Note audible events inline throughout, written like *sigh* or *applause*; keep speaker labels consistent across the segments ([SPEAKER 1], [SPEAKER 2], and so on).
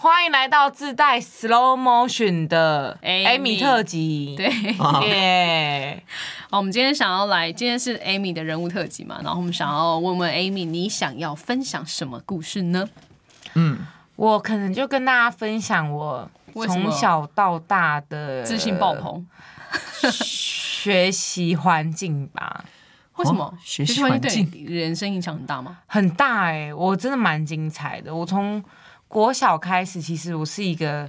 [SPEAKER 1] 欢迎来到自带 slow motion 的
[SPEAKER 2] Amy
[SPEAKER 1] Amy 特辑。
[SPEAKER 2] 对，
[SPEAKER 3] 啊
[SPEAKER 2] *laughs*
[SPEAKER 1] 耶，
[SPEAKER 2] 好，我们今天想要来，今天是 Amy 的人物特辑嘛，然后我们想要问问 Amy，你想要分享什么故事呢？
[SPEAKER 3] 嗯，
[SPEAKER 1] 我可能就跟大家分享我
[SPEAKER 2] 为什么
[SPEAKER 1] 从小到大的
[SPEAKER 2] 自信爆棚，
[SPEAKER 1] 学习环境吧，
[SPEAKER 2] 为什
[SPEAKER 1] 哦
[SPEAKER 2] 么？
[SPEAKER 3] 学习
[SPEAKER 2] 习环
[SPEAKER 3] 环
[SPEAKER 2] 境
[SPEAKER 3] 境
[SPEAKER 2] 对你人生影响很大吗？
[SPEAKER 1] 很大哎、我真的蛮精彩的。我从国小开始，其实我是一个，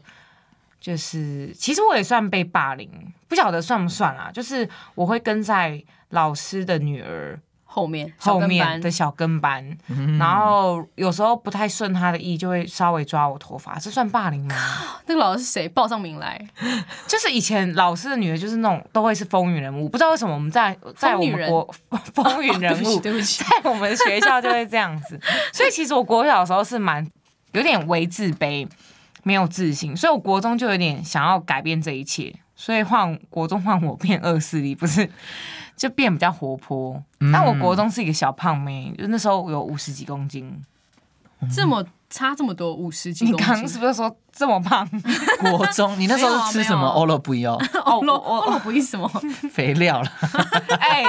[SPEAKER 1] 就是其实我也算被霸凌，不晓得算不算啦、就是我会跟在老师的女儿
[SPEAKER 2] 后面小
[SPEAKER 1] 后
[SPEAKER 2] 跟
[SPEAKER 1] 面
[SPEAKER 2] 班
[SPEAKER 1] 的小跟班，然后有时候不太顺他的意，就会稍微抓我头发，这算霸
[SPEAKER 2] *gasps*
[SPEAKER 1] 凌吗？
[SPEAKER 2] 那个老师是谁？报上名来，
[SPEAKER 1] *laughs* 就是以前老师的女儿就是那种都会是风云人物，不知道为什么我们在在我
[SPEAKER 2] 风云
[SPEAKER 1] 们
[SPEAKER 2] 人哦
[SPEAKER 1] 国 *laughs* 风云
[SPEAKER 2] *laughs* 对
[SPEAKER 1] 人
[SPEAKER 2] 不
[SPEAKER 1] 物
[SPEAKER 2] 起，对不起，
[SPEAKER 1] *laughs* 在我们学校就会这样子，所以其实我国小的时候是蛮有点微自卑，没有自信，所以我国中就有点想要改变这一切，所以换国中换我变二势力，不是就变比较活泼。
[SPEAKER 2] 嗯
[SPEAKER 1] 但我国中是一个小胖妹，就那时候我有五十几公斤。
[SPEAKER 2] 这么差这么多，五十几
[SPEAKER 1] 你
[SPEAKER 2] 公
[SPEAKER 1] 刚刚
[SPEAKER 2] 斤
[SPEAKER 1] 是，不是说这么胖？ *laughs*
[SPEAKER 3] 国中你那时候是吃什么
[SPEAKER 2] 没有啊没有
[SPEAKER 3] 欧乐不要
[SPEAKER 2] 哦，我我我不意思吗？
[SPEAKER 3] 肥料了？
[SPEAKER 1] 哎、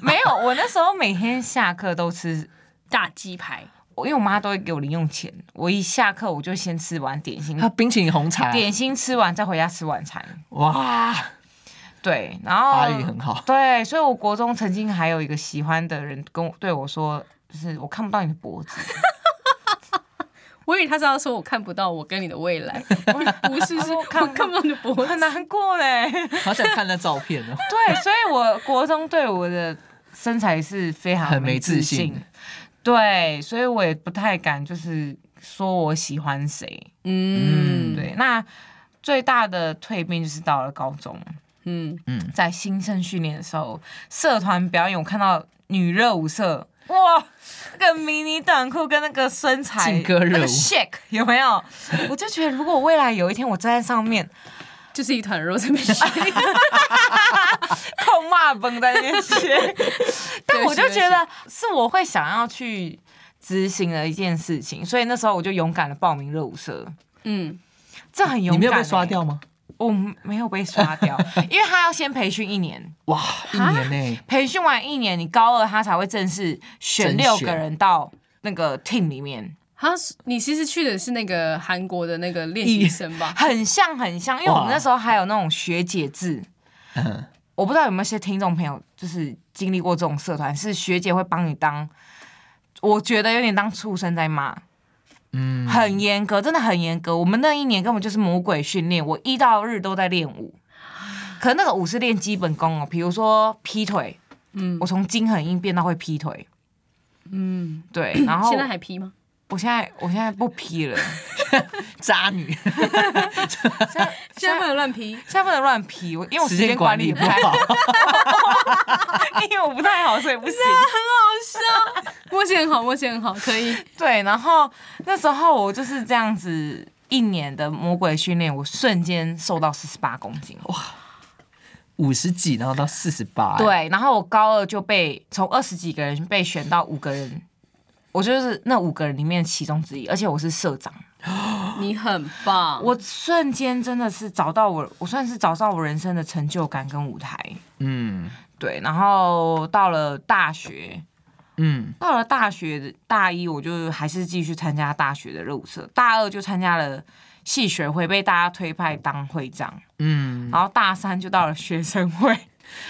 [SPEAKER 1] 没有，我那时候每天下课都吃。
[SPEAKER 2] 大鸡排，
[SPEAKER 1] 我因为我妈都会给我零用钱，我一下课我就先吃完点心，
[SPEAKER 3] 他冰淇淋红茶，
[SPEAKER 1] 点心吃完再回家吃晚餐。
[SPEAKER 3] 哇，
[SPEAKER 1] 对，然后
[SPEAKER 3] 发育很好。
[SPEAKER 1] 对，所以我国中曾经还有一个喜欢的人跟我对我说，就是我看不到你的
[SPEAKER 3] *laughs*
[SPEAKER 1] 脖子，
[SPEAKER 2] 我以为他是要说我看不到我跟你的未来， *laughs* 不是是 *laughs*
[SPEAKER 1] 我
[SPEAKER 2] 我
[SPEAKER 1] 看
[SPEAKER 2] 看不到你的脖
[SPEAKER 1] 很
[SPEAKER 2] 子。
[SPEAKER 1] 难过
[SPEAKER 3] *laughs*
[SPEAKER 1] 嘞。
[SPEAKER 3] 好想看那照片哦。
[SPEAKER 1] 对，所以我国中对我的身材是非常
[SPEAKER 3] 很没
[SPEAKER 1] 自
[SPEAKER 3] 自信
[SPEAKER 1] 对，所以我也不太敢就是说我喜欢谁。
[SPEAKER 2] 嗯，
[SPEAKER 1] 对，那最大的蜕变就是到了高中，
[SPEAKER 2] 嗯，
[SPEAKER 1] 在新生训练的时候，社团表演我看到女热舞社，哇，那个迷你短裤跟那个身材，
[SPEAKER 3] 劲歌热舞
[SPEAKER 1] 那个 shake 有没有？我就觉得，如果我未来有一天我站在上面，
[SPEAKER 2] 就是一团肉在那边学。
[SPEAKER 1] 扣骂崩在那边
[SPEAKER 3] *laughs*
[SPEAKER 1] shake，但我就觉得是我会想要去执行的一件事情，所以那时候我就勇敢的报名热舞社。
[SPEAKER 2] *laughs* 嗯，
[SPEAKER 1] 这很勇
[SPEAKER 3] *laughs* 你
[SPEAKER 1] 敢、欸
[SPEAKER 3] 没有被刷掉？吗？
[SPEAKER 1] 我没有被刷掉，因为他要先培训一年，
[SPEAKER 3] 哇，一年呢？
[SPEAKER 1] 培训完一年，你高二他才会正式选
[SPEAKER 3] 甄选
[SPEAKER 1] 六个人到那个 team 里面，
[SPEAKER 2] 他你其实去的是那个韩国的那个练习生 *laughs* 吧？
[SPEAKER 1] 很像很像，因为我们那时候还有那种学姐制，
[SPEAKER 3] 嗯，
[SPEAKER 1] 我不知道有没有些听众朋友就是经历过这种社团，是学姐会帮你当，我觉得有点当畜生在骂，
[SPEAKER 3] 嗯
[SPEAKER 1] 很严格，真的很严格。我们那一年根本就是魔鬼训练，我一到日都在练舞，可那个舞是练基本功哦，比如说劈腿，嗯，我从筋很硬变到会劈腿。嗯，对，然后
[SPEAKER 2] 现在还 P 吗？
[SPEAKER 1] 我现在我现在不劈了，
[SPEAKER 3] *laughs* 渣女，
[SPEAKER 1] 现在
[SPEAKER 2] 现在不能乱 P。
[SPEAKER 1] 现在不能乱劈，我因为我
[SPEAKER 3] 时
[SPEAKER 1] 时
[SPEAKER 3] 间
[SPEAKER 1] 间
[SPEAKER 3] 管
[SPEAKER 1] 管
[SPEAKER 3] 理
[SPEAKER 1] 理
[SPEAKER 3] 不
[SPEAKER 1] 不太好
[SPEAKER 3] 好，，
[SPEAKER 1] 因为我不太好，所以不行。
[SPEAKER 2] 默契很好，默契很好，可以。 *laughs*
[SPEAKER 1] 对，然后那时候我就是这样子一年的魔鬼训练，我瞬间瘦到四十八公斤。
[SPEAKER 3] *laughs* 五十几，然后到四十八，，欸
[SPEAKER 1] 对，然后我高二就被从二十几个人被选到五个人，我就是那五个人里面其中之一，而且我是社长。
[SPEAKER 2] 你很棒，
[SPEAKER 1] 我瞬间真的是找到我，我算是找到我人生的成就感跟舞台。
[SPEAKER 3] 嗯
[SPEAKER 1] 对，然后到了大学，
[SPEAKER 3] 嗯，
[SPEAKER 1] 到了大学的大一，我就还是继续参加大学的热舞社，大二就参加了系学会，被大家推派当会长，
[SPEAKER 3] 嗯，
[SPEAKER 1] 然后大三就到了学生
[SPEAKER 3] *laughs*
[SPEAKER 1] 会，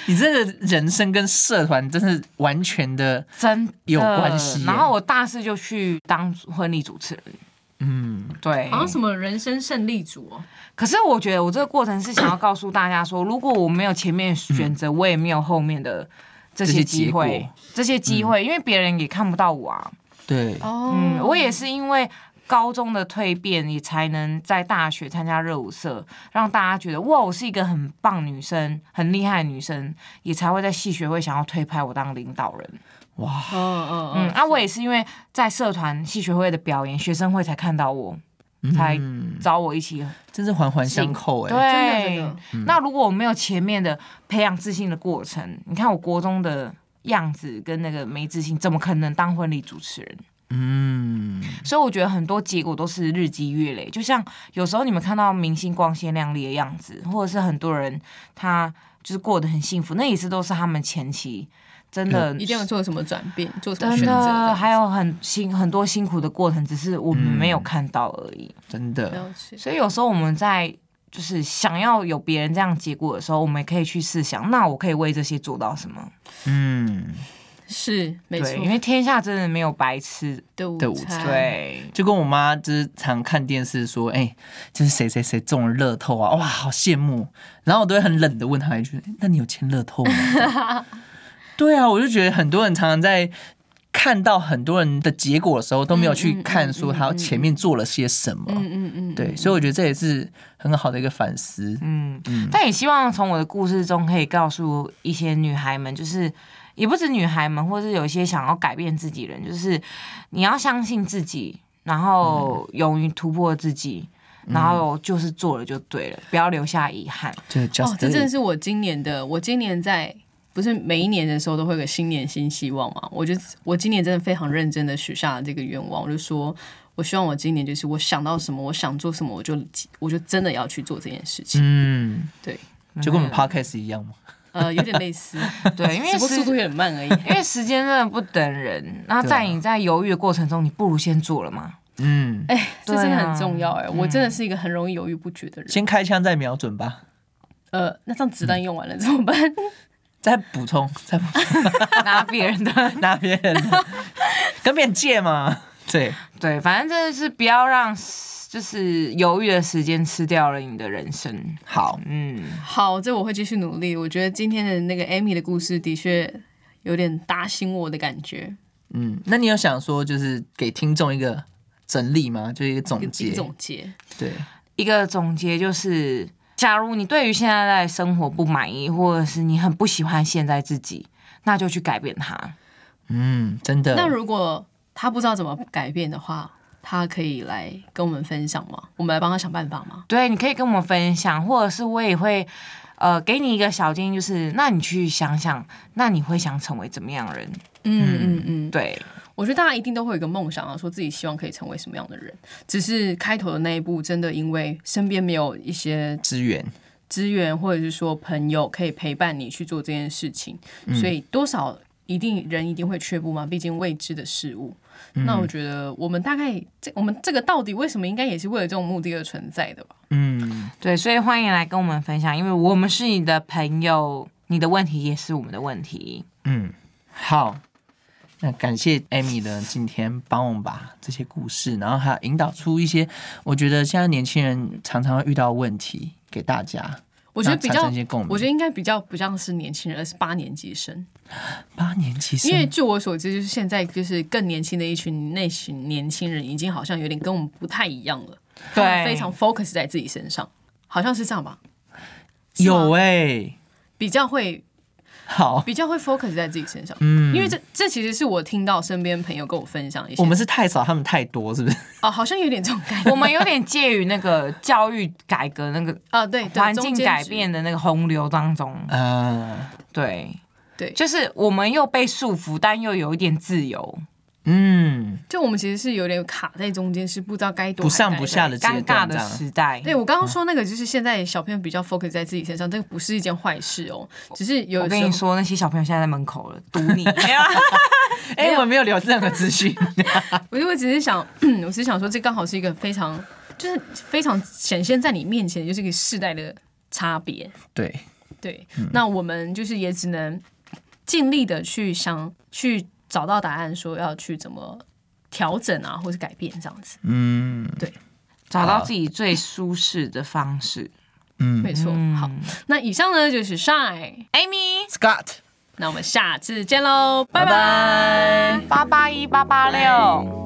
[SPEAKER 3] 你这个人生跟社团真是完全的，
[SPEAKER 1] 真的
[SPEAKER 3] 有关系耶
[SPEAKER 1] 然后我大四就去当婚礼主持人，
[SPEAKER 3] 嗯，
[SPEAKER 1] 对
[SPEAKER 2] 好。像什么人生胜利组哦。
[SPEAKER 1] 可是我觉得我这个过程是想要告诉大家说，如果我没有前面选择，我也没有后面的这
[SPEAKER 3] 嗯这
[SPEAKER 1] 些
[SPEAKER 3] 些结
[SPEAKER 1] 机会
[SPEAKER 3] 果，嗯
[SPEAKER 1] 这些机会，因为别人也看不到我啊。
[SPEAKER 3] 对，
[SPEAKER 2] 哦
[SPEAKER 1] 嗯，我也是因为高中的蜕变，你才能在大学参加热舞社，让大家觉得哇，我是一个很棒女生，很厉害的女生，也才会在系学会想要推派我当领导人。
[SPEAKER 3] 哇，
[SPEAKER 2] 嗯嗯
[SPEAKER 1] 嗯，啊，我也是因为在社团系学会的表演，学生会才看到我，才
[SPEAKER 3] 嗯
[SPEAKER 1] 找我一起。
[SPEAKER 3] 真是环环相扣哎、
[SPEAKER 2] 真
[SPEAKER 1] 对，
[SPEAKER 2] 的真的
[SPEAKER 1] 那如果我没有前面的培养自信的过程，你看我国中的样子跟那个没自信，怎么可能当婚礼主持人？
[SPEAKER 3] 嗯，
[SPEAKER 1] 所以我觉得很多结果都是日积月累。就像有时候你们看到明星光鲜亮丽的样子，或者是很多人他就是过得很幸福，那也是都是他们前期真的、
[SPEAKER 2] 嗯一定要做什么转变，做什么
[SPEAKER 1] 真
[SPEAKER 2] 选择这样
[SPEAKER 1] 的
[SPEAKER 2] 子，
[SPEAKER 1] 还有很辛很多辛苦的过程，只是我们
[SPEAKER 3] 嗯
[SPEAKER 1] 没有看到而已。
[SPEAKER 3] 真的，
[SPEAKER 2] 了解。
[SPEAKER 1] 所以有时候我们在就是想要有别人这样结果的时候，我们也可以去试想，那我可以为这些做到什么？
[SPEAKER 3] 嗯，
[SPEAKER 2] 是没错嗯
[SPEAKER 1] 对，，因为天下真的没有白吃。
[SPEAKER 2] 的
[SPEAKER 3] 的
[SPEAKER 2] 午
[SPEAKER 3] 午
[SPEAKER 2] 餐，
[SPEAKER 3] 餐
[SPEAKER 1] 对，
[SPEAKER 3] 就跟我妈就是常看电视说，哎、就是谁谁谁中了乐透啊，哇，好羡慕。然后我都会很冷的问她一句，欸那你有签乐透吗？ *laughs* 对啊，我就觉得很多人常常在看到很多人的结果的时候，都没有去看说他前面做了些什么。
[SPEAKER 2] 嗯嗯嗯，
[SPEAKER 3] 对，所以我觉得这也是很好的一个反思。
[SPEAKER 1] 嗯，但也希望从我的故事中可以告诉一些女孩们，就是也不止女孩们，或是有一些想要改变自己的人，就是你要相信自己，然后勇于突破自己。
[SPEAKER 2] 嗯
[SPEAKER 1] 然后就是做了就对了，不要留下遗憾。
[SPEAKER 3] 就
[SPEAKER 2] 哦
[SPEAKER 3] just，
[SPEAKER 2] 这真的
[SPEAKER 3] it
[SPEAKER 2] 是我今年的，我今年在。不是每一年的时候都会有个新年新希望嘛？我就我今年真的非常认真的许下了这个愿望，我就说，我希望我今年就是我想到什么，我想做什么，我就我就真的要去做这件事情。
[SPEAKER 3] 嗯，
[SPEAKER 2] 对，
[SPEAKER 3] 就跟我们
[SPEAKER 2] 哎
[SPEAKER 3] podcast 一样嘛。
[SPEAKER 2] 呃，有点类似， *laughs*
[SPEAKER 1] 对，因为
[SPEAKER 2] 只不过
[SPEAKER 1] 时
[SPEAKER 2] 速度有点慢而已。
[SPEAKER 1] *laughs* 因为时间真的不等人。那
[SPEAKER 3] 对啊
[SPEAKER 1] 在你在犹豫的过程中，你不如先做
[SPEAKER 2] *laughs*
[SPEAKER 1] 了嘛。
[SPEAKER 3] 嗯，
[SPEAKER 2] 哎、这真的
[SPEAKER 1] 对啊
[SPEAKER 2] 很重要哎、我真的是一个很容易犹豫不决的人。
[SPEAKER 3] 先开枪再瞄准吧，
[SPEAKER 2] 呃，那这样子弹用完了怎么办？
[SPEAKER 3] 再补充，再补充
[SPEAKER 1] 拿别人的 *laughs*
[SPEAKER 3] 拿别人的，跟别人借嘛。对，
[SPEAKER 1] 对，反正真的是不要让就是犹豫的时间吃掉了你的人生。
[SPEAKER 3] 好，
[SPEAKER 1] 嗯，
[SPEAKER 2] 好，这我会继续努力。我觉得今天的那个 Amy 的故事的确有点打醒我的感觉，
[SPEAKER 3] 嗯，那你有想说就是给听众一个整理吗？就是一个
[SPEAKER 2] 一
[SPEAKER 3] 总
[SPEAKER 2] 个一
[SPEAKER 3] 结
[SPEAKER 2] 个。总结。
[SPEAKER 3] 对，
[SPEAKER 1] 一个总结就是，假如你对于现在的生活不满意，或者是你很不喜欢现在自己，那就去改变它。
[SPEAKER 3] 嗯，真的。
[SPEAKER 2] 那如果他不知道怎么改变的话，他可以来跟我们分享吗？我们来帮他想办法吗？
[SPEAKER 1] 对，你可以跟我们分享，或者是我也会。呃，给你一个小建议，就是那你去想想，那你会想成为怎么样的人？
[SPEAKER 2] 嗯嗯嗯，
[SPEAKER 1] 对，
[SPEAKER 2] 我觉得大家一定都会有一个梦想啊，说自己希望可以成为什么样的人。只是开头的那一步，真的因为身边没有一些
[SPEAKER 3] 资源，
[SPEAKER 2] 资源，或者是说朋友可以陪伴你去做这件事情，
[SPEAKER 3] 嗯
[SPEAKER 2] 所以多少一定人一定会缺步嘛，毕竟未知的事物。
[SPEAKER 3] 嗯
[SPEAKER 2] 那我觉得我们大概这我们这个到底为什么应该也是为了这种目的而存在的吧？
[SPEAKER 3] 嗯，
[SPEAKER 1] 对，所以欢迎来跟我们分享，因为我们是你的朋友，你的问题也是我们的问题。
[SPEAKER 3] 嗯，好，那感谢 Amy 的今天帮我们把这些故事，然后还有引导出一些我觉得现在年轻人常常会遇到的问题给大家。
[SPEAKER 2] 我觉得
[SPEAKER 3] 那
[SPEAKER 2] 比
[SPEAKER 3] 产
[SPEAKER 2] 较
[SPEAKER 3] 生一些共鸣，
[SPEAKER 2] 我觉得应该比较不像是年轻人，而是八年级生，
[SPEAKER 3] 八年级生，
[SPEAKER 2] 因为据我所知，就是现在就是更年轻的一群那群年轻人，已经好像有点跟我们不太一样了，他们
[SPEAKER 1] 对
[SPEAKER 2] 非常 focus 在自己身上，好像是这样吧，是吗
[SPEAKER 3] 有哎、
[SPEAKER 2] 比较会
[SPEAKER 3] 好，
[SPEAKER 2] 比较会 focus 在自己身上，
[SPEAKER 3] 嗯
[SPEAKER 2] 因为这这其实是我听到身边朋友跟我分享一些，
[SPEAKER 3] 我们是太少，他们太多，是不是？
[SPEAKER 2] 哦，好像有点这种感觉 *laughs*
[SPEAKER 1] 我们有点介于那个教育改革那个
[SPEAKER 2] 啊，对，对
[SPEAKER 1] 环
[SPEAKER 2] 中
[SPEAKER 1] 境
[SPEAKER 2] 间
[SPEAKER 1] 改
[SPEAKER 2] 值
[SPEAKER 1] 变的那个洪流当中，
[SPEAKER 3] 啊，
[SPEAKER 1] 对，
[SPEAKER 2] 对，就
[SPEAKER 1] 就是我们又被束缚，但又有一点自由，
[SPEAKER 3] 嗯，
[SPEAKER 2] 就我们其实是有点卡在中间，是不知道该多
[SPEAKER 3] 不上
[SPEAKER 2] 还该
[SPEAKER 3] 不下的阶
[SPEAKER 1] 尴尬
[SPEAKER 3] 段，这
[SPEAKER 1] 的
[SPEAKER 3] 样。
[SPEAKER 1] 时代。
[SPEAKER 2] 对我刚刚说那个，就是现在小朋友比较 focus 在自己身上，这个不是一件坏事哦，只是有
[SPEAKER 1] 我
[SPEAKER 2] 时
[SPEAKER 1] 跟你
[SPEAKER 2] 候
[SPEAKER 1] 说，那些小朋友现在在门口了，堵你。 *laughs*
[SPEAKER 3] 哎、我们没有留任何资讯。
[SPEAKER 2] 我就我只是想， *clears throat* 我只是想说，这刚好是一个非常就是非常显现在你面前的，就是一个世代的差别。
[SPEAKER 3] *laughs* 对，
[SPEAKER 2] 对，那我们就是也只能尽力的去想去找到答案，说要去怎么调整啊，或是改变这样子。
[SPEAKER 3] 嗯
[SPEAKER 1] 找到自己最舒适的方式。
[SPEAKER 3] 嗯
[SPEAKER 2] 没错，好，那以上呢就是 Shine，
[SPEAKER 1] Amy，
[SPEAKER 3] ，Scott。
[SPEAKER 2] 那我们下次见喽，拜拜。
[SPEAKER 1] 八八一八八六。